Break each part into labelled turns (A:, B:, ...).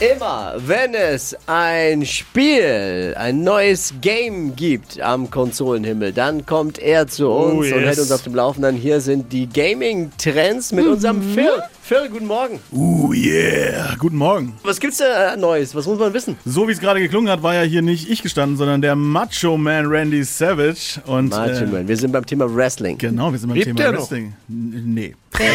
A: Immer wenn es ein Spiel, ein neues Game gibt am Konsolenhimmel, dann kommt er zu uns und
B: Oh, yes. Mhm.
A: hält uns auf dem Laufenden. Hier sind die Gaming-Trends mit unserem Phil. Phil, guten Morgen.
B: Oh yeah, guten Morgen.
A: Was gibt's da äh, Neues? Was muss man wissen?
B: So wie es gerade geklungen hat, war ja hier nicht ich gestanden, sondern der Macho Man Randy Savage. Und,
A: Martin,
B: Äh,
A: Man, wir sind beim Thema Wrestling.
B: genau, wir sind beim
C: Lebt
B: Thema
C: der noch?
B: Wrestling. N- Nee.
D: Wer,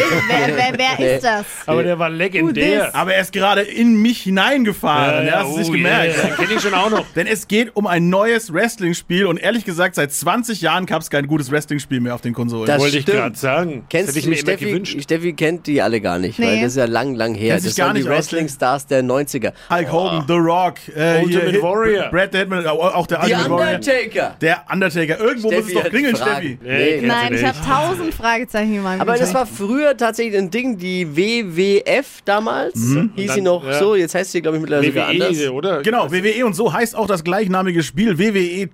D: wer, wer ist das?
C: Aber der war legendär. Äh, oh
B: Aber er ist gerade in mich hineingefahren. er hat es nicht gemerkt.
C: Yeah, Kenne ich schon auch noch.
B: Denn es geht um ein neues Wrestling-Spiel und ehrlich gesagt, seit 20 Jahren gab es kein gutes Wrestling-Spiel mehr auf den Konsolen.
A: Das
C: Wollte ich
A: stimmt.
C: gerade sagen.
A: Kennst
C: das hätte ich
A: du
C: mir immer
A: Steffi?
C: gewünscht.
A: Steffi kennt die alle gar nicht, weil
D: Nee.
A: das ist ja lang, lang her.
B: Kennt sich
A: das
B: gar
A: waren die
B: nicht aus,
A: Wrestling-Stars der 90er.
B: Hulk Hogan, The Rock, äh,
C: Ultimate
B: hier, Hit-
C: Warrior.
B: Brad the Hitman, au- auch der
A: Die
B: Ultimate Warrior.
A: Undertaker.
B: Der Undertaker. Irgendwo muss es doch
A: hat
B: klingeln,
A: Fragen.
B: Steffi.
A: Nee,
C: Nee,
D: Nein, ich habe
C: Natürlich.
D: tausend Fragezeichen in meinem
A: Aber das
D: Gesicht.
A: war früher tatsächlich ein Ding, die WWF damals hieß sie
C: Dann,
A: noch
C: ja.
A: so, jetzt heißt sie, glaube ich, mittlerweile sogar anders.
C: WWE, eh oder?
B: Genau, WWE und so heißt auch das gleichnamige Spiel E WWE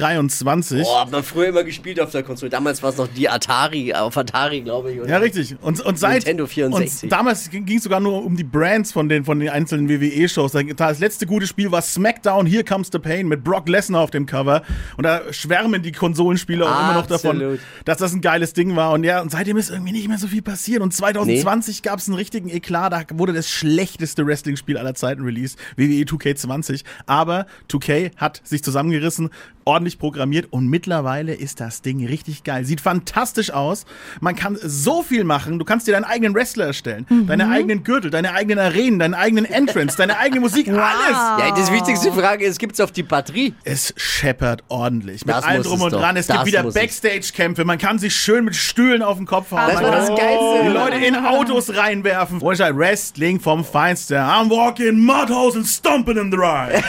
B: 2K23.
A: Boah, hat man früher immer gespielt auf der Konsole. Damals war es noch die Atari, auf Atari, glaube ich. oder?
B: Ja, richtig. Und, und seit
A: Nintendo 64.
B: Und damals ging es sogar nur um die Brands von den, von den einzelnen E WWE-Shows. Das letzte gute Spiel war SmackDown Here Comes the Pain mit Brock Lesnar auf dem Cover. Und da schwärmen die Konsolenspieler auch immer noch davon,
A: Absolut.
B: dass das ein geiles Ding war. Und ja, und seitdem ist irgendwie nicht mehr so viel passiert. Und 2020 gab es einen richtigen Eklat. Da wurde das schlechteste Wrestling-Spiel aller Zeiten released, E WWE 2K20. Aber 2K hat sich zusammengerissen, ordentlich programmiert und mittlerweile ist das Ding richtig geil. Sieht fantastisch aus. Man kann so viel machen. Du kannst dir deinen eigenen Wrestler erstellen, deine eigenen Gürtel, deine eigenen Arenen, deinen eigenen Entrance, deine eigene Musik, alles.
A: Ja, die wichtigste Frage ist, gibt's auf die Batterie?
B: Es scheppert ordentlich. Mit
A: Das
B: allem
A: muss
B: drum
A: es
B: und
A: doch.
B: dran. Es
A: Das
B: gibt wieder
A: muss es.
B: Backstage-Kämpfe. Man kann sich schön mit Stühlen auf den Kopf hauen.
A: Das war das
B: Oh.
A: Geilste.
B: Die Leute in Autos reinwerfen. Und ich halt Wrestling vom Feinsten. I'm walking Mudhouse and stomping in the ride.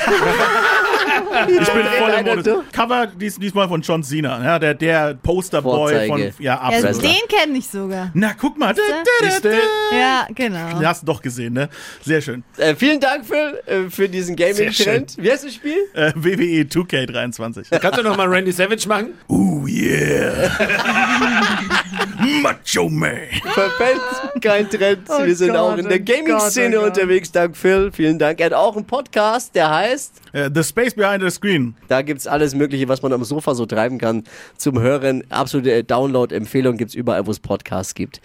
B: ich bin voll im
A: einer
B: Modus.
A: durch.
B: Cover dies, diesmal von John Cena. Ja, der, der Posterboy von...
A: Vorzeige.
B: Ja,
D: ja,
B: absolut.
D: den kenne ich sogar.
B: Na, guck mal.
C: Siehste?
D: Ja, genau.
B: Du hast ihn doch gesehen, ne? Sehr schön.
A: Äh, vielen Dank, Phil, äh, für diesen Gaming-Trend. Wie heißt das Spiel?
B: Äh, WWE 2K23.
C: Kannst du noch mal Randy Savage machen?
B: Oh yeah. Macho Man.
A: Verpennt, kein Trend.
D: Oh
A: Wir sind
D: Gott,
A: auch in der
D: oh Gott,
A: Gaming-Szene
D: oh Gott.
A: unterwegs. Dank, Phil. Vielen Dank. Er hat auch einen Podcast, der heißt...
B: Äh, the Space Behind the Screen.
A: Da gibt's alles Mögliche, was man äh, am Sofa so treiben kann. Zum Hören, absolute Download-Empfehlung gibt's überall, wo es Podcasts gibt.